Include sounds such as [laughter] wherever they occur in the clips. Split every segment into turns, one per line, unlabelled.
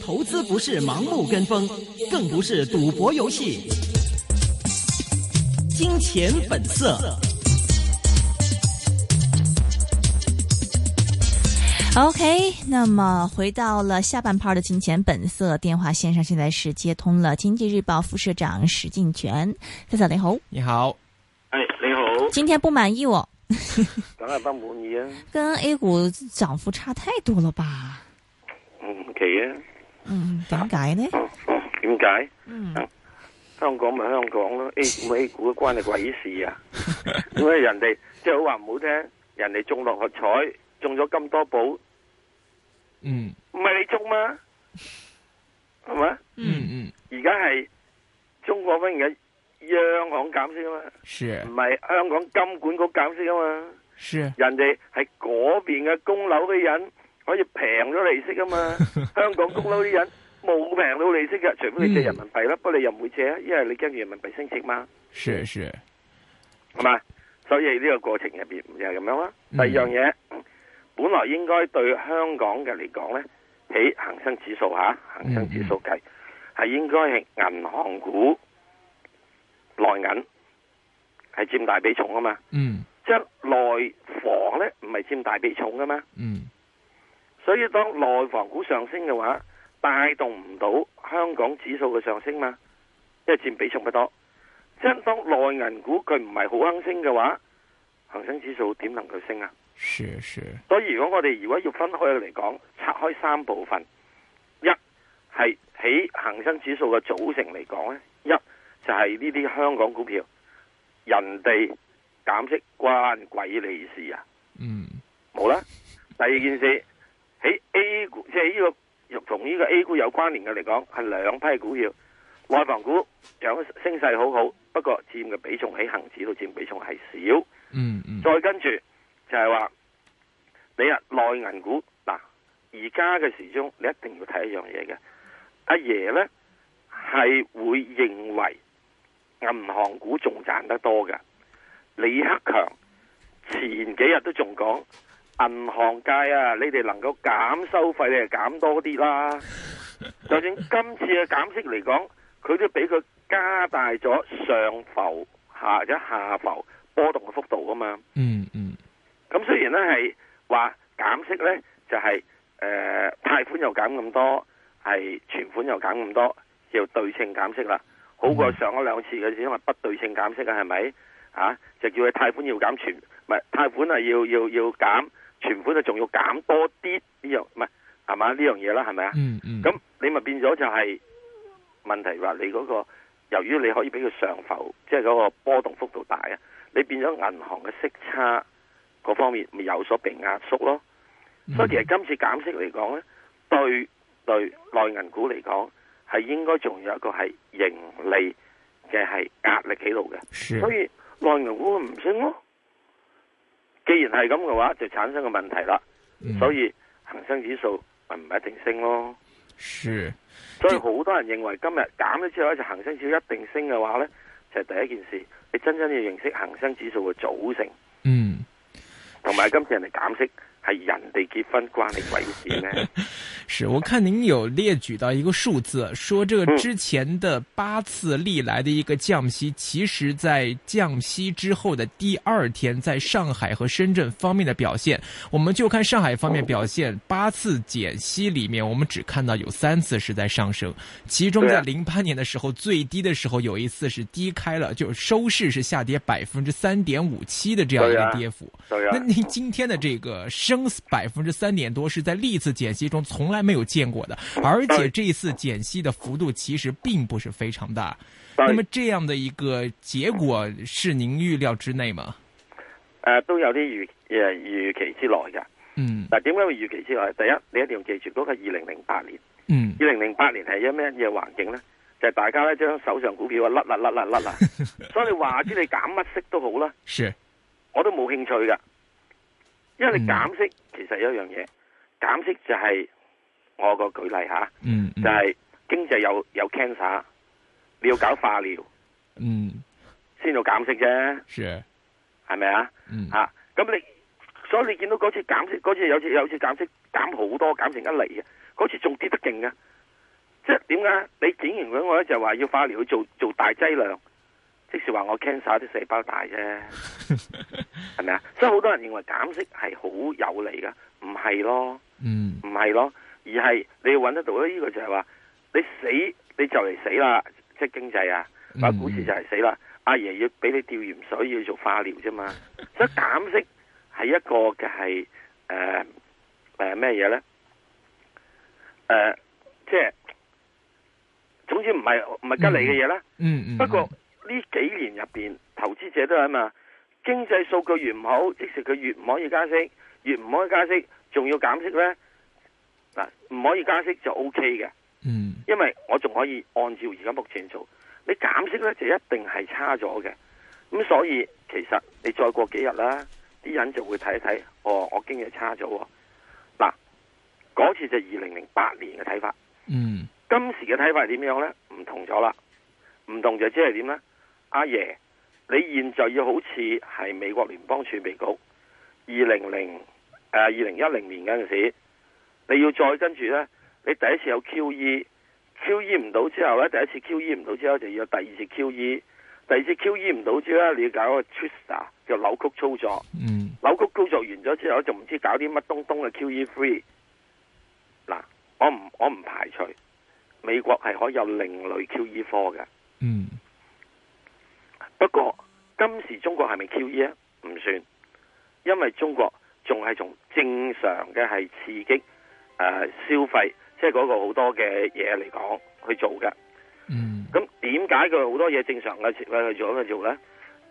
投资不是盲目跟风，更不是赌博游戏。金钱本色。
OK，那么回到了下半 part 的金钱本色电话线上，现在是接通了经济日报副社长史进全。先生你好，
你好，
哎，你好，
今天不满意我、
梗係不滿意啊，
跟 A 股涨幅差太多了吧？
唔奇啊，
嗯，点解呢？
嗯嗯點解？
嗯，
香港咪香港咯，A 股咪 A 股關你鬼事啊！點解人哋即係好話唔好聽，人哋中六合彩中咗金多寶，唔
嗯
係你中嘛？係咪？
嗯嗯，
而家係中國忽然間央行減息啊
是
嘛，唔係香港金管局減息啊嘛，
是，
人哋係嗰邊嘅供樓啲人可以平咗利息啊嘛，香港供樓啲人冇平到利息嘅，除非你借人民幣啦，不過你又唔會借啊，因為你驚住人民幣升值嘛。嗯
是是，
系嘛？所以呢個過程入边就係咁樣啦。
嗯
第二樣嘢，本來應該對香港嘅嚟講呢，喺恒生指數吓，恒生指數計係應該係銀行股內銀係佔大比重啊嘛，
嗯
即係內房呢唔係佔大比重噶啊嘛，
嗯
所以當內房股上升嘅話，帶動唔到香港指數嘅上升嘛，因為佔比重不多。即係當內銀股佢唔係好亨升嘅話，恒生指數點能夠升啊？
是是，
所以如果我哋如果要分開嚟講，拆開三部分，一係喺恒生指數嘅組成嚟講呢一就係呢啲香港股票，人哋減息關鬼你事啊！
嗯
冇啦。第二件事喺 A 股，即係呢個同呢個 A 股有關聯嘅嚟講，係兩批股票。內房股有升勢好好，不過佔嘅比重喺恒指度佔比重係少。
嗯嗯，
再跟住就係話你啊內銀股嗱，而家嘅時鐘你一定要睇一樣嘢嘅，阿爺呢係會認為銀行股仲賺得多嘅。李克強前幾日都仲講銀行界啊，你哋能夠減收費，你係減多啲啦。就算今次嘅減息嚟講，佢都俾佢加大咗上浮下或者下浮波動嘅幅度啊嘛。
嗯嗯
咁雖然咧係話減息咧，就係、誒、貸款又減咁多，係存款又減咁多，叫對稱減息啦。好過上嗰兩次嘅，因為不對稱減息啊，係咪？啊，就叫佢貸款要減存，唔係貸款係要要要減，存款啊仲要減多啲呢樣，唔係係嘛呢樣嘢啦，係咪啊？
嗯嗯，
咁你咪變咗就係問題話你嗰、個，由於你可以俾佢上浮，即係嗰個波動幅度大啊，你變咗銀行嘅息差嗰方面咪有所被壓縮咯。
嗯
所以其實今次減息嚟講咧，對對內銀股嚟講係應該仲有一個係盈利嘅係壓力喺度嘅，
是
所以內銀股咪唔升咯。既然係咁嘅話，就產生個問題啦。
嗯
所以恒生指數咪唔一定升咯。
是
所以好多人認為今日減咗之後咧，就恒生指數一定升嘅話呢，就係、第一件事，你真真要認識恒生指數嘅組成，
嗯。
同埋今次人哋減息係人哋結婚關你鬼事咩？
是我看您有列举到一个数字，说这
嗯
个之前的八次历来的一个降息，其实在降息之后的第二天，在上海和深圳方面的表现，我们就看上海
哦
方面表现，八次减息里面，我们只看到有三次是在上升，其中在
对啊
零八年的时候最低的时候有一次是低开了，就收市是下跌百分之三点五七的这样一
对
个
啊
跌幅。
對啊
那，您今天的这个升百分之三点多，是在历次减息中从来没有见过的，而且这一次减息的幅度其实并不是非常大。那么
誒、
这样的一个结果是您预料之内吗？
呃、都有啲預誒預期之內㗎。
嗯
嗱，點解會預期之內？第一，你一定要記住嗰、個係二零零八年，
嗯，
二零零八年係因咩嘢環境呢？就係、大家咧將手上股票啊甩啦甩啦甩啦，所以你話知你減乜息都好啦。
是
我都冇興趣噶，因為你
嗯
減息其實有一樣嘢，減息就係、我個舉例吓，
嗯
就係、經濟有有 cancer，你要搞化療
嗯
先到減息啫，
是
係咪啊？
嗯
啊，咁你所以你見到嗰次減息，嗰次有次有次減息減好多，減成一厘嘅，啊嗰次仲跌得勁啊！即係點解？你整形嗰個咧就話要化療去做做大劑量，即是話我 cancer 啲細胞大啫，係咪啊？所以好多人認為減息係好有利噶，唔係咯，
嗯
唔係咯，而係你要揾得到咧。呢、個就係話你死你就嚟死啦，即係經濟啊，或者股市就
嗯
係死啦。阿爺要俾你吊鹽水，要做化療啫嘛。
[laughs]
所以減息係一個嘅係誒誒咩嘢咧？誒、即係總之唔係唔係吉利嘅嘢啦。
嗯嗯，
不過呢幾年入邊，投資者都係嘛，經濟數據越唔好，即使佢越唔可以加息，越唔可以加息，仲要減息呢？嗱，唔可以加息就 O K 嘅，
嗯
因為我仲可以按照而家目前做。你減息呢，就一定係差咗嘅，咁所以其實你再過幾日啦，啲人就會睇一睇，哦，我經濟差咗喎。嗱，嗰次就二零零八年嘅睇法。
嗯
今時嘅睇法係點樣呢？唔同咗啦，唔同就即係點呢？阿爺，你現在要好似係美國聯邦儲備局二零零誒呃二零一零年嗰陣時，你要再跟住呢，你第一次有 QE，QE E 唔到之後呢，第一次 QE 唔到之後就要有第二次 QE，第二次 QE 唔到之後呢，你要搞個 twister 叫扭曲操作，
嗯
扭曲操作完咗之後就唔知搞啲乜東東嘅 QE three。嗱，我唔我唔排除。美國係可以有另類 QE 科嘅。
嗯
不過今時中國係咪 QE 啊？唔算，因為中國仲係從正常嘅係刺激誒、呃消費，即係嗰個好多嘅嘢嚟講去做嘅。
嗯
咁點解佢好多嘢正常嘅去做去做呢？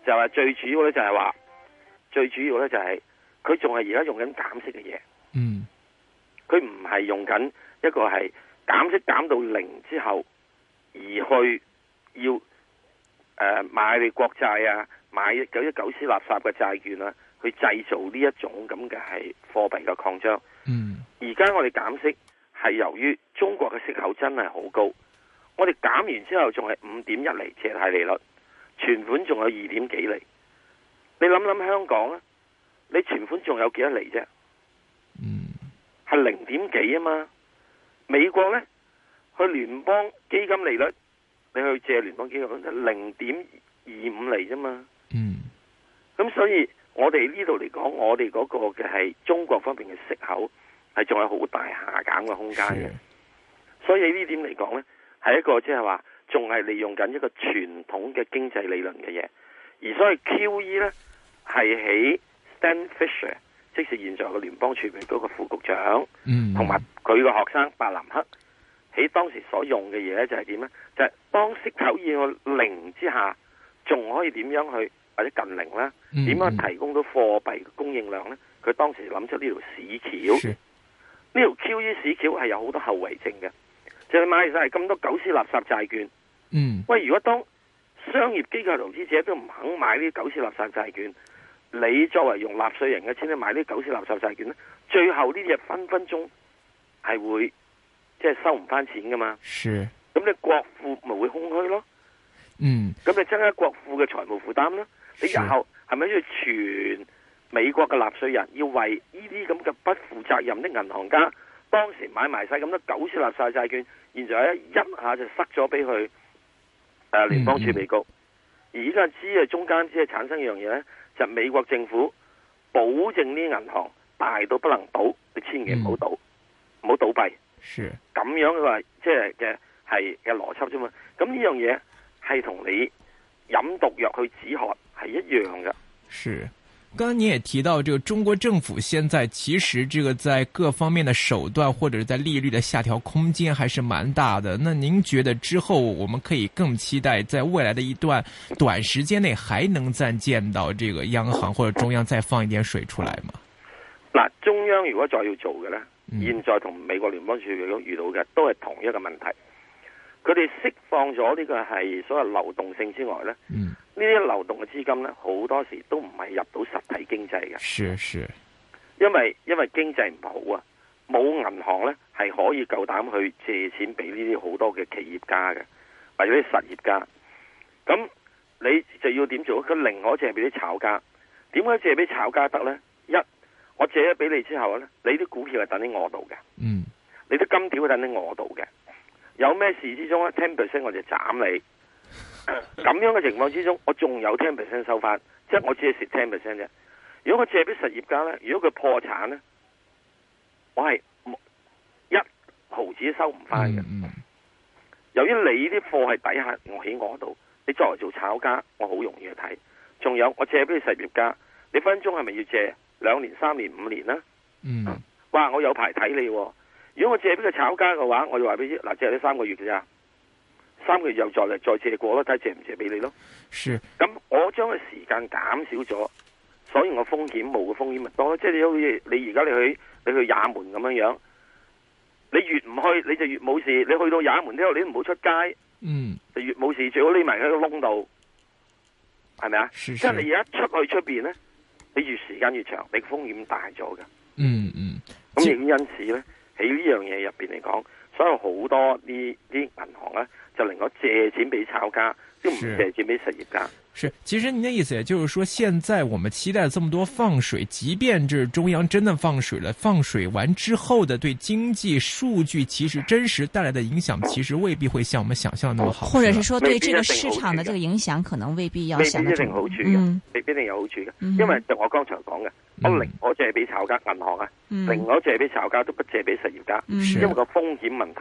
就係、最主要呢，就係話，最主要呢，就係佢仲係而家用緊減息嘅嘢，
嗯
佢唔係用緊一個係減息減到零之後而去要誒、呃、買你國債啊，買九一九私垃圾嘅債券啊，去製造呢一種咁嘅係貨幣嘅擴張。
嗯
而家我哋減息係由於中國嘅息口真係好高，我哋減完之後仲係五點一厘借貸利率，存款仲有二點幾厘。你諗諗香港啊，你存款仲有幾多厘啫？
嗯
係零點幾啊嘛。美國呢，去聯邦基金利率，你去借聯邦基金利率零點二五厘啫嘛。
嗯
咁所以我哋呢度嚟講，我哋嗰個嘅係中國方面嘅息口係仲有好大下減嘅空間嘅。所以呢點嚟講呢，係一個即係話仲係利用緊一個傳統嘅經濟理論嘅嘢，而所以 QE 呢，係喺 Stan Fisher，即是現在嘅聯邦儲備局嘅副局長。
嗯，
同埋佢個學生白林克喺當時所用嘅嘢咧，就係點咧？就係、當息口以個零之下，仲可以點樣去或者近零啦？
嗯
點樣提供到貨幣嘅供應量咧？佢當時諗出呢條市橋，
是
呢條 QE 市橋係有好多後遺症嘅，就係、買晒咁多狗屎垃圾債券。
嗯
喂，如果當商業機構投資者都唔肯買呢啲狗屎垃圾債券，你作為用納稅人嘅錢去買呢啲狗屎垃圾債券咧，最後呢啲嘢分分鐘係會即係收唔翻錢噶嘛。
是
咁你國庫咪會空虛咯，
嗯
咁你增加國庫嘅財務負擔啦。你日
是
後係咪要全美國嘅納稅人要為呢啲咁嘅不負責任的銀行家當時買埋晒咁多狗屎垃圾債券，現在咧一下就塞咗俾佢誒聯邦儲備局。而依家只係中間只係產生一樣嘢咧，就係美國政府保證呢啲銀行大到不能倒，你千祈唔好倒，唔好倒閉。
是
咁樣嘅話，即係嘅係嘅邏輯啫嘛。咁呢樣嘢係同你飲毒藥去止渴係一樣嘅。
是。刚刚你也提到，这个中国政府现在其实这个在各方面的手段或者是在利率的下调空间还是蛮大的。那您觉得之后我们可以更期待在未来的一段短时间内还能再见到这个央行或者中央再放一点水出来吗？
嗱，中央如果再要做嘅呢，
嗯
現在同美國聯邦儲備局遇到嘅都係同一個問題。佢哋釋放咗呢個係所謂流動性之外呢，
嗯，
呢啲流動嘅資金呢，好多時都唔係入到實體經濟嘅，
是是，
因為因為經濟唔好啊，冇銀行呢係可以夠膽去借錢俾呢啲好多嘅企業家嘅，或者啲實業家。咁你就要點做？佢寧可借俾啲炒家。點解借俾炒家得呢？一，我借咗俾你之後呢，你啲股票係等喺我度嘅，
嗯
你啲金條係等喺我度嘅。有咩事之中呢 t e n percent 我就斬你。咁樣嘅情況之中，我仲有 ten percent 收翻，即係我只係蝕 ten percent 啫。如果我借俾實業家呢，如果佢破產呢，我係冇一毫子都收唔翻嘅。
嗯嗯
由於你啲貨係抵押我喺我度，你作為做炒家，我好容易去睇。仲有我借俾你實業家，你分鐘係咪要借兩年、三年、五年呢？
嗯
哇！我有排睇你、喎。如果我借俾個炒家嘅話，我就話俾你知，嗱，借你三個月嘅咋，三個月又再嚟再借過咯，睇下借唔借俾你咯。
是
咁我將個時間減少咗，所以我風險冇嘅風險咪多咯。即係你好似你而家你去你去也門咁樣樣，你越唔去你就越冇事。你去到也門之後，你都唔好出街，
嗯
就越冇事，最好匿埋喺個窿度，係咪啊？
是
即係
是
你而家出去出邊呢，你越時間越長，你風險大咗嘅。
嗯嗯
咁亦
即
因此咧，喺呢樣嘢入邊嚟講，所以好多啲啲銀行咧就寧可借錢俾炒家，都唔
是
借錢俾實業家。
是，其实您的意思也就是说，现在我们期待了这么多放水，即便这中央真的放水了，放水完之后的对经济数据其实真实带来的影响，其实未必会像我们想象的那么好，
或者
吧
是说对这个市场的
未必一定好处的
这个影响，可能未必要
未必
想得
一
这
定
么
好處嘅，
嗯
未必一定有好處嘅，
嗯
因為就我剛才講嘅，我
嗯
寧可借俾炒家銀行啊，寧
嗯
可借俾炒家都不借俾實業家，
嗯，
是
因為個風險問題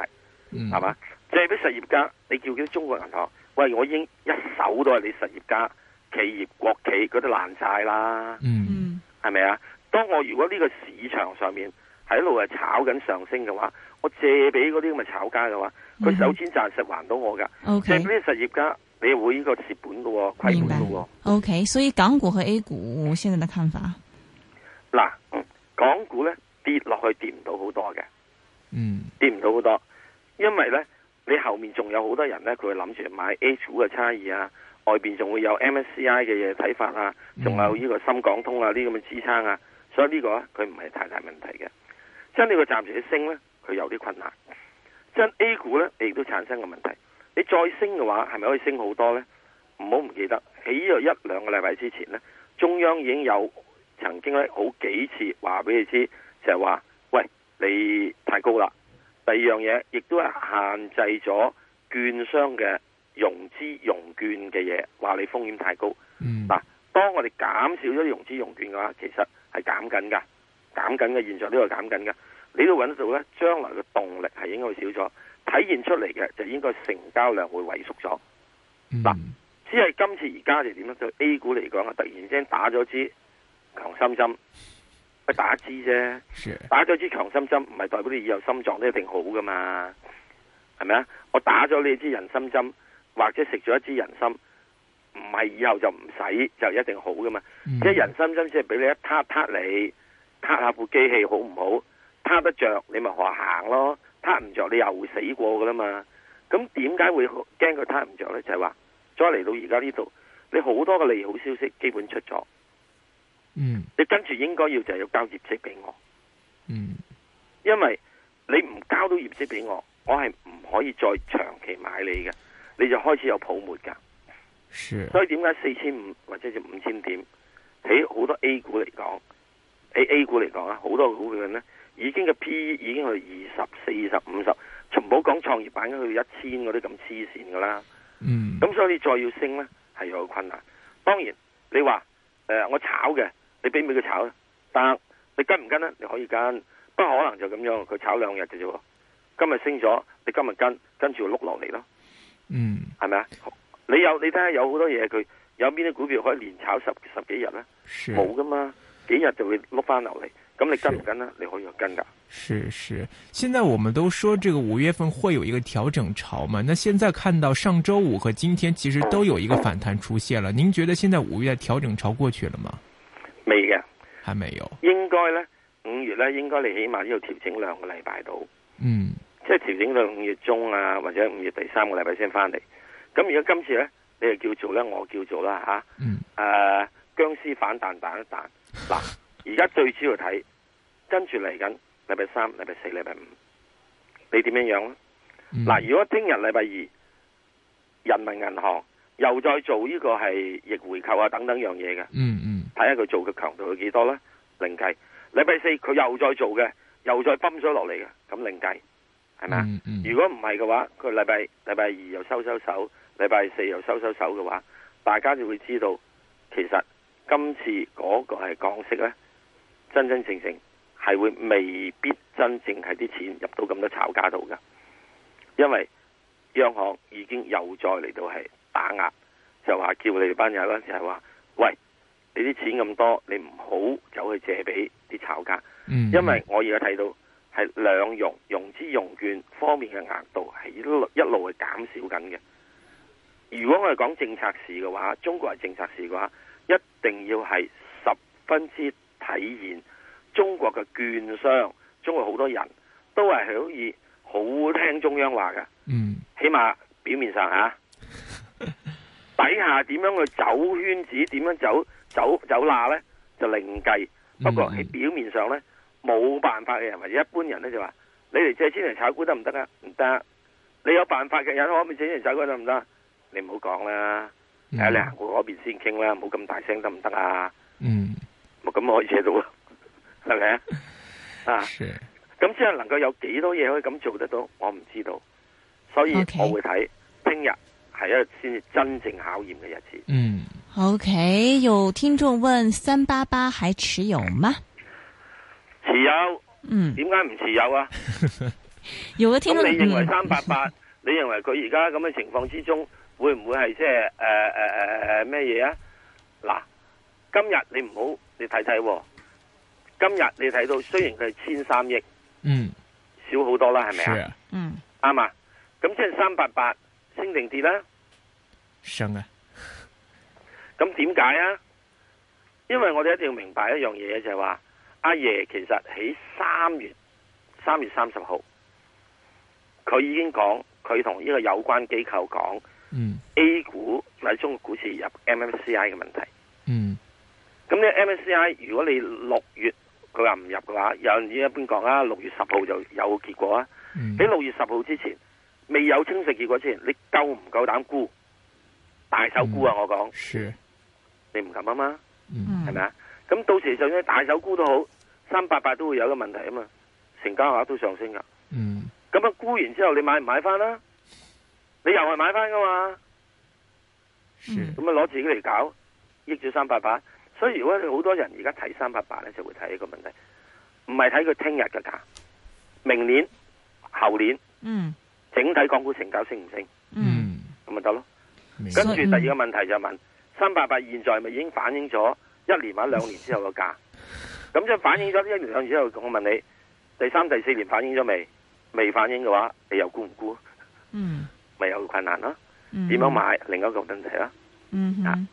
嗯
係嘛？借俾實業家，你叫啲中國銀行，喂，我已經一手都係你實業家、企業、國企嗰啲爛晒啦。
嗯
嗯
係咪啊？當我如果呢個市場上面喺度係炒緊上升嘅話，我借俾嗰啲咁嘅炒家嘅話，佢
嗯
首先賺實還到我㗎。借
，OK
俾啲實業家，你會呢個蝕本嘅喎，虧
明
本
白
嘅喎。
OK，所以港股和 A 股现在的看法，
嗱、嗯港股呢跌落去跌唔到好多嘅，
嗯
跌唔到好多，因為呢，你後面仲有好多人呢，佢會諗住買 A 股嘅差異啊，外邊仲會有 MSCI 嘅嘢睇法啊，仲有呢個深港通啊呢啲咁嘅支撐啊，所以呢個咧佢唔係太大問題嘅。即係呢個暫時去升呢，佢有啲困難。即係 A 股呢，亦都產生個問題。你再升嘅話，係咪可以升好多呢？唔好唔記得喺呢個一兩個禮拜之前呢，中央已經有曾經咧好幾次話俾你知，就係話：喂，你太高啦。第二樣嘢，亦都係限制咗券商嘅融資融券嘅嘢，話你風險太高。
嗯
嗱，當我哋減少咗融資融券嘅話，其實係減緊㗎，減緊嘅現象呢個減緊㗎。你都揾得到呢，將來嘅動力係應該會少咗，體現出嚟嘅就應該成交量會萎縮咗。嗱
嗯
只係今次而家就點呢？對 A 股嚟講啊，突然之間打咗支強心針，佢打一支啫。
是
打咗支強心針，唔係代表你以後心臟都一定好噶嘛？係咪啊？我打咗你支人參針，或者食咗一支人參，唔係以後就唔使就一定好噶嘛？
嗯
即係人參針只係俾你一撻撻你，撻下部機器好唔好？撻得着你咪學行咯，撻唔着你又會死過噶啦嘛。咁點解會驚佢撻唔着呢？就係話再嚟到而家呢度，你好多嘅利好消息基本出咗，
嗯
你跟住應該要就係要交業績俾我。
嗯
因為你唔交到業績俾我，我係唔可以再長期買你嘅，你就開始有泡沫㗎。
是
所以點解四千五或者至五千點喺好多 A 股嚟講，喺 A 股嚟講啊，好多股票咧已經嘅 P E 已經去二十四、十五十，從唔好講創業板去一千嗰啲咁黐線㗎啦。
嗯
咁所以你再要升呢，係有困難。當然你話誒、呃我炒嘅，你俾唔俾佢炒咧？得，你跟唔跟呢？你可以跟，不過可能就咁樣，佢炒兩日嘅啫喎。今日升咗，你今日跟，跟住碌落嚟咯，
嗯
係咪啊？你有你睇下有好多嘢，佢有邊啲股票可以連炒十十幾日呢？
是
冇噶嘛，幾日就會碌翻落嚟。咁你跟唔跟呢？你可以跟㗎。
是是，现在我们都说这个五月份会有一个调整潮嘛，那现在看到上周五和今天其实都有一个反弹出现了，您觉得现在五月的调整潮过去了吗？
未嘅，
还没有，
應該呢，五月呢，應該你起碼呢度調整兩個禮拜到。
嗯
即係調整到五月中啊，或者五月第三個禮拜先翻嚟。咁而家今次呢，你就叫做呢，我叫做啦嚇，
嗯
誒、僵屍反彈彈一彈。嗱，而家最主要睇，跟住嚟緊禮拜三、禮拜四、禮拜五，你點樣樣呢？
嗯
嗱、如果聽日禮拜二，人民銀行又再做呢個係逆回購啊等等樣嘢嘅，
嗯嗯
睇下佢做嘅強度有幾多啦，另計。禮拜四佢又再做嘅，又再泵水落嚟嘅，咁另計係咪啊？
嗯嗯
如果唔係嘅話，佢禮拜禮拜二又收收手，禮拜四又收收手嘅話，大家就會知道，其實今次嗰個係降息呢，真真正正係會未必真正係啲錢入到咁多炒家度噶，因為央行已經又再嚟到係打壓，就話叫你哋班友啦，就係話，喂，你啲錢咁多，你唔好走去借俾啲炒家。
嗯，
因為我而家睇到係兩融融資融券方面嘅額度係一路一路係減少緊嘅。如果我哋講政策市嘅話，中國係政策市嘅話，一定要係十分之體現中國嘅券商，中國好多人都係可以好聽中央話嘅，
嗯
起碼表面上吓、底下點樣去走圈子，點樣走走走罅呢？就另計。不過喺表面上呢，冇辦法嘅人或者一般人呢，就話：你嚟借錢嚟炒股得唔得啊？唔得。你有辦法嘅人可唔可以借錢嚟炒股得唔得？你唔好講啦，睇下你行過嗰邊先傾啦，唔好咁大聲得唔得啊？
嗯
咪咁可以借到咯， [laughs] 係咪啊？啊！
是
咁之後能夠有幾多嘢可以咁做得到，我唔知道，所以
OK
我會睇聽日係一個先至真正考驗嘅日子。
嗯
OK，有听众问三八八还持有吗？
持有
嗯，
點解唔持有啊？
有个
咁
听众
你認為
嗯
三八八，你認為佢而家咁嘅情況之中，會唔會係即係呃誒誒誒誒咩嘢啊？嗱，今日你唔好你睇睇喎，今日你睇到雖然佢係千三億
嗯
少好多啦，係咪啊？
是
嗯
啱啊！咁即係三八八升定跌啦？
升啊，
咁點解啊？因為我哋一定要明白一樣嘢，就係話阿爺其實喺三月三月三十號，佢已經講，佢同呢個有關機構講
嗯
A 股或者中國股市入 MSCI 嘅問題。
嗯
咁呢 MSCI 如果你六月佢話唔入嘅話，有人一般講啦，六月十號就有結果啊。
嗯
喺六月十號之前未有清晰結果之前，你夠唔夠膽沽？大手沽啊！我講
是
你唔敢啊嘛。
嗯
係
嗯
咪啊？咁到時就算大手沽都好，三八八都會有個問題啊嘛，成交額都上升噶。
嗯
咁樣沽完之後，你買唔買翻啦？你又係買翻噶嘛？
是
咁啊攞自己嚟搞，益咗三八八。所以如果你好多人而家睇三八八咧，就會睇呢個問題，唔係睇佢聽日嘅價，明年、後年
嗯
整體港股成交升唔升，
嗯
咁咪得咯。
明白
跟住第二個問題就問三八八現在係咪已經反映咗一年或者兩年之後嘅價？咁即係反映咗一年兩年之後，我問你第三、第四年反映咗未？未反映嘅話，你又沽唔沽？
嗯
咪有困難啦。
嗯，
點樣買？另一個問題啦。
嗯
啊
哼，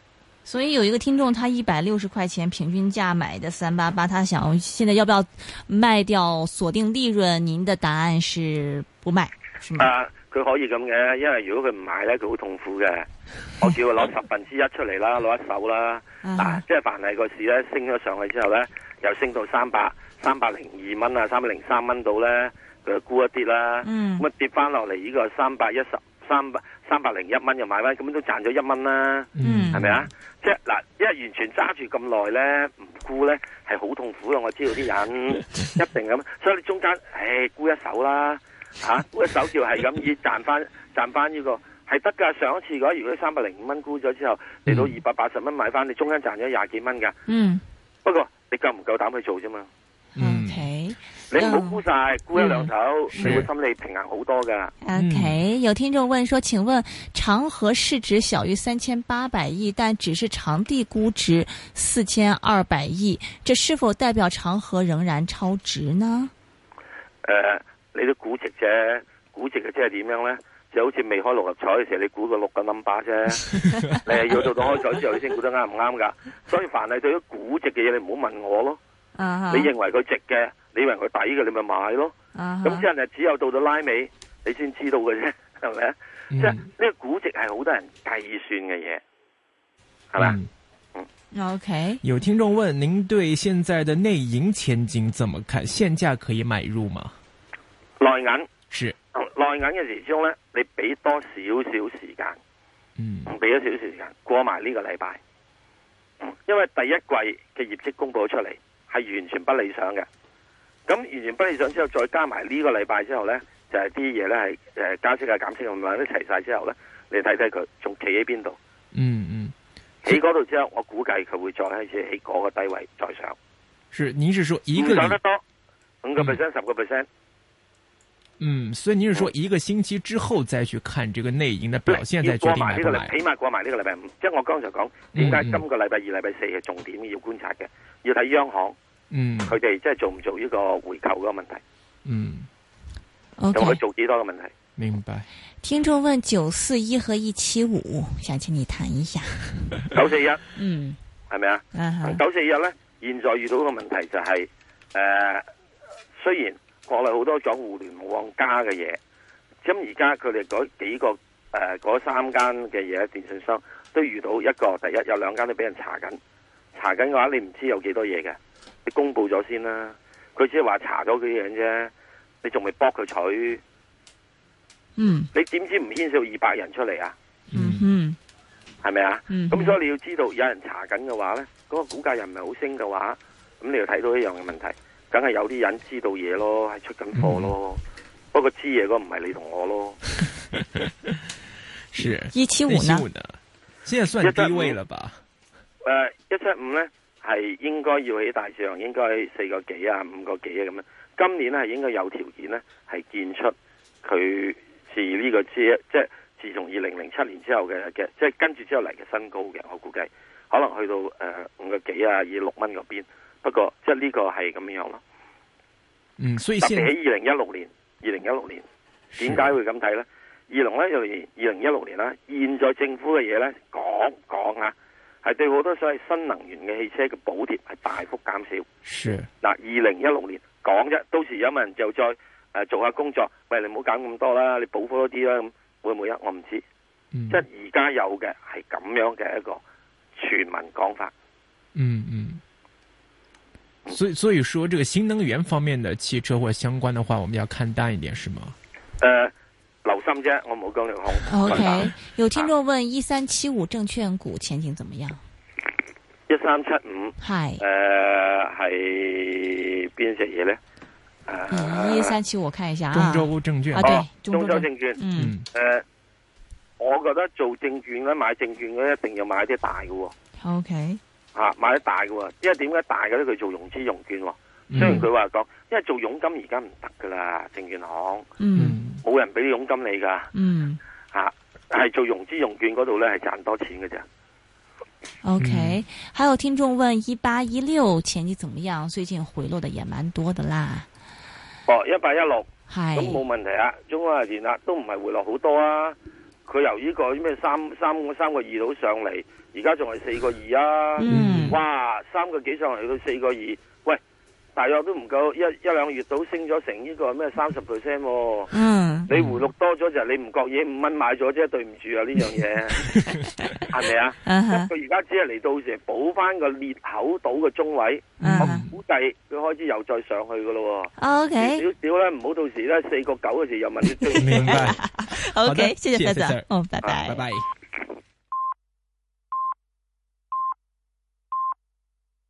所以有一个听众，他一百六十块钱平均价买的三八八，他想现在要不要卖掉锁定利润？您的答案是不卖，是吗？
啊，佢可以咁嘅，因為如果佢唔買咧，佢好痛苦嘅。我叫佢攞十分之一出嚟啦，攞一手啦。啊
啊，，
即係凡係個市咧升咗上去之後咧，又升到三百、三百零二蚊啊，三百零三蚊度咧，佢就沽一啲啦。
嗯
咁啊跌翻落嚟呢個三百一十三百三百零一蚊又買翻，咁都賺咗一蚊啦，
嗯
係咪啊？即係嗱，因為完全揸住咁耐咧，唔沽咧係好痛苦嘅。我知道啲
[laughs]
人一定咁，所以你中間唉沽一手啦，嚇、
[laughs]
沽一手叫係咁以賺翻賺翻呢、個。係得㗎，上一次嗰如果三百零五蚊沽咗之後，嚟到
嗯
二百八十蚊買翻，你中間賺咗廿幾蚊㗎。
嗯
不過你夠唔夠膽去做啫嘛？
嗯
，OK
你唔好沽晒，沽一兩手，
嗯
你會心理平衡好多㗎。
OK，有听众问说，请问长和市值小于三千八百亿，但只是长地估值四千二百亿，这是否代表长和仍然超值呢？
诶、呃你啲估值啫，估值嘅即係點樣咧？就好似未開六合彩嘅時候，你估個六個
[laughs]
number 啫，你係要到到開彩之後，你先估得啱唔啱㗎。所以凡係對於估值嘅嘢，你唔好問我咯。
啊哈
你認為佢值嘅，你認為佢抵嘅，你咪買咯。
啊哈
咁之後就只有到到拉尾，你先知道嘅啫，係咪啊？
嗯
嗯
即係呢個估值係好多人計算嘅嘢，係咪啊？
嗯
OK，
有听众问您对现在的内银千金怎么看？现价可以买入吗？
內銀
是，
內銀嘅時鐘咧，你俾多少少時間。
嗯
俾咗少少時間過埋呢個禮拜，嗯因為第一季嘅業績公佈咗出嚟係完全不理想嘅。咁完全不理想之後，再加埋呢個禮拜之後呢，就係啲嘢呢係誒加息啊、減息啊咁樣一齊晒之後呢，你睇睇佢仲企喺邊度？
嗯嗯，
喺嗰度之後，我估計佢會再開始喺嗰個低位再上，
是，您是说一
唔
个
上
礼
得，多五個 percent、十個 percent。
嗯，所以您是说一个星期之后再去看这个内银的表现，再
要
决
過
定
埋
买不
呢個
买
禮，。起碼過埋呢個禮拜五。即係我剛才講點解
嗯嗯
今個禮拜二、禮拜四係重點要觀察嘅，要睇央行
嗯
佢哋即係做唔做呢個回購嗰個問題，
嗯，
OK，
同佢做幾多嘅問題。
明白。
听众问九四一和一七五，想请你谈一下。
九四一
嗯，
係咪啊？
啊哈，
九四一嗯咧，現在遇到個問題就係、誒、雖然國內好多講互聯網加嘅嘢，咁而家佢哋嗰幾個誒呃嗰、三間嘅嘢電信商都遇到一個第一有兩間都俾人查緊，查緊嘅話你唔知有幾多嘢嘅，你公佈咗先啦。佢只係話查咗佢樣啫，你仲未幫佢取，
嗯
你點知唔牽涉二百人出嚟啊？
嗯
嗯
嗯
係咪啊？
嗯
咁所以你要知道，有人查緊嘅話呢，嗰、個股價又唔係好升嘅話，咁你又睇到一樣嘅問題，梗係有啲人知道嘢咯，係出緊貨咯。不過知嘢嗰個唔係你同我咯，
是。
一七五
那
呢
新？呢？现在嗯算低位了吧？
誒呃一七五呢係應該要喺大市場應該四個幾啊、五個幾啊咁樣。今年呢係應該有條件呢係見出佢自呢個之即係自從二零零七年之後嘅嘅，即係跟住之後嚟嘅新高嘅，我估計可能去到誒五個幾啊、以六蚊嗰邊。不過即係呢個係咁樣咯。
嗯，所以
特別
现
喺二零一六年，二零一六年
是
點解會咁睇呢？二零一六年，二零一六年啦，現在政府嘅嘢呢，講講啊，係對好多所謂新能源嘅汽車嘅補貼係大幅減少。
是
嗱，二零一六年講啫，到時有冇人就再誒、呃做下工作，喂，你唔好減咁多啦，你補多啲啦，咁會唔會啊？我唔知，
嗯
即係而家有嘅係咁樣嘅一個全民講法。
嗯嗯。所以所以说，这个新能源方面的汽车或相关的话，我们要看淡一点，是吗？
誒、呃留心啫，我冇講你控。
OK，有听众问一三七五证券股前景怎么样？
一三七五。呃
嗨，
诶，系边只嘢咧？
嗯一三七五我看一下
中
啊。
州证券
啊
哦
对中
中
州
州
證
證券。
嗯，
嗯
诶、呃我覺得做證券咧，買證券咧一定要買啲大嘅喎，
，OK，
吓、買啲大嘅喎。因為點解大嘅咧？佢做融資融券喎。
嗯
雖然佢話講，因為做佣金而家唔得噶啦，證券行
嗯
嗯
冇人俾啲佣金你㗎
嗯
吓。啊係做融資融券嗰度咧，係賺多錢嘅啫。
，OK，还有听众问一八一六前景怎么样？最近回落的也蛮多的啦。
哦，一八一六
嗨
咁，冇問題啊，中安電啊都唔係回落好多啊。佢由呢個咩三三三個二度上嚟，而家仲係四個二啊。
嗯
哇，三個幾上嚟到四個二，喂，大約都唔夠一一兩個月到升咗成呢個咩三十 percent 喎。
嗯
你回落多咗就係你唔覺嘢五蚊買咗啫，對唔住啊呢樣
[laughs]
嘢，係咪啊？
嗯哼
佢而家只係嚟到時補翻個裂口到嘅中位，
嗯
我
哼
估計佢開始又再上去噶咯喎，
，OK
少少咧，唔
[laughs]
好到時咧四個九嘅時候又問你追唔追
嗯明白。好的
OK，谢
谢谢
谢
Sir
Sir，嗯，拜
啊
拜
拜。拜。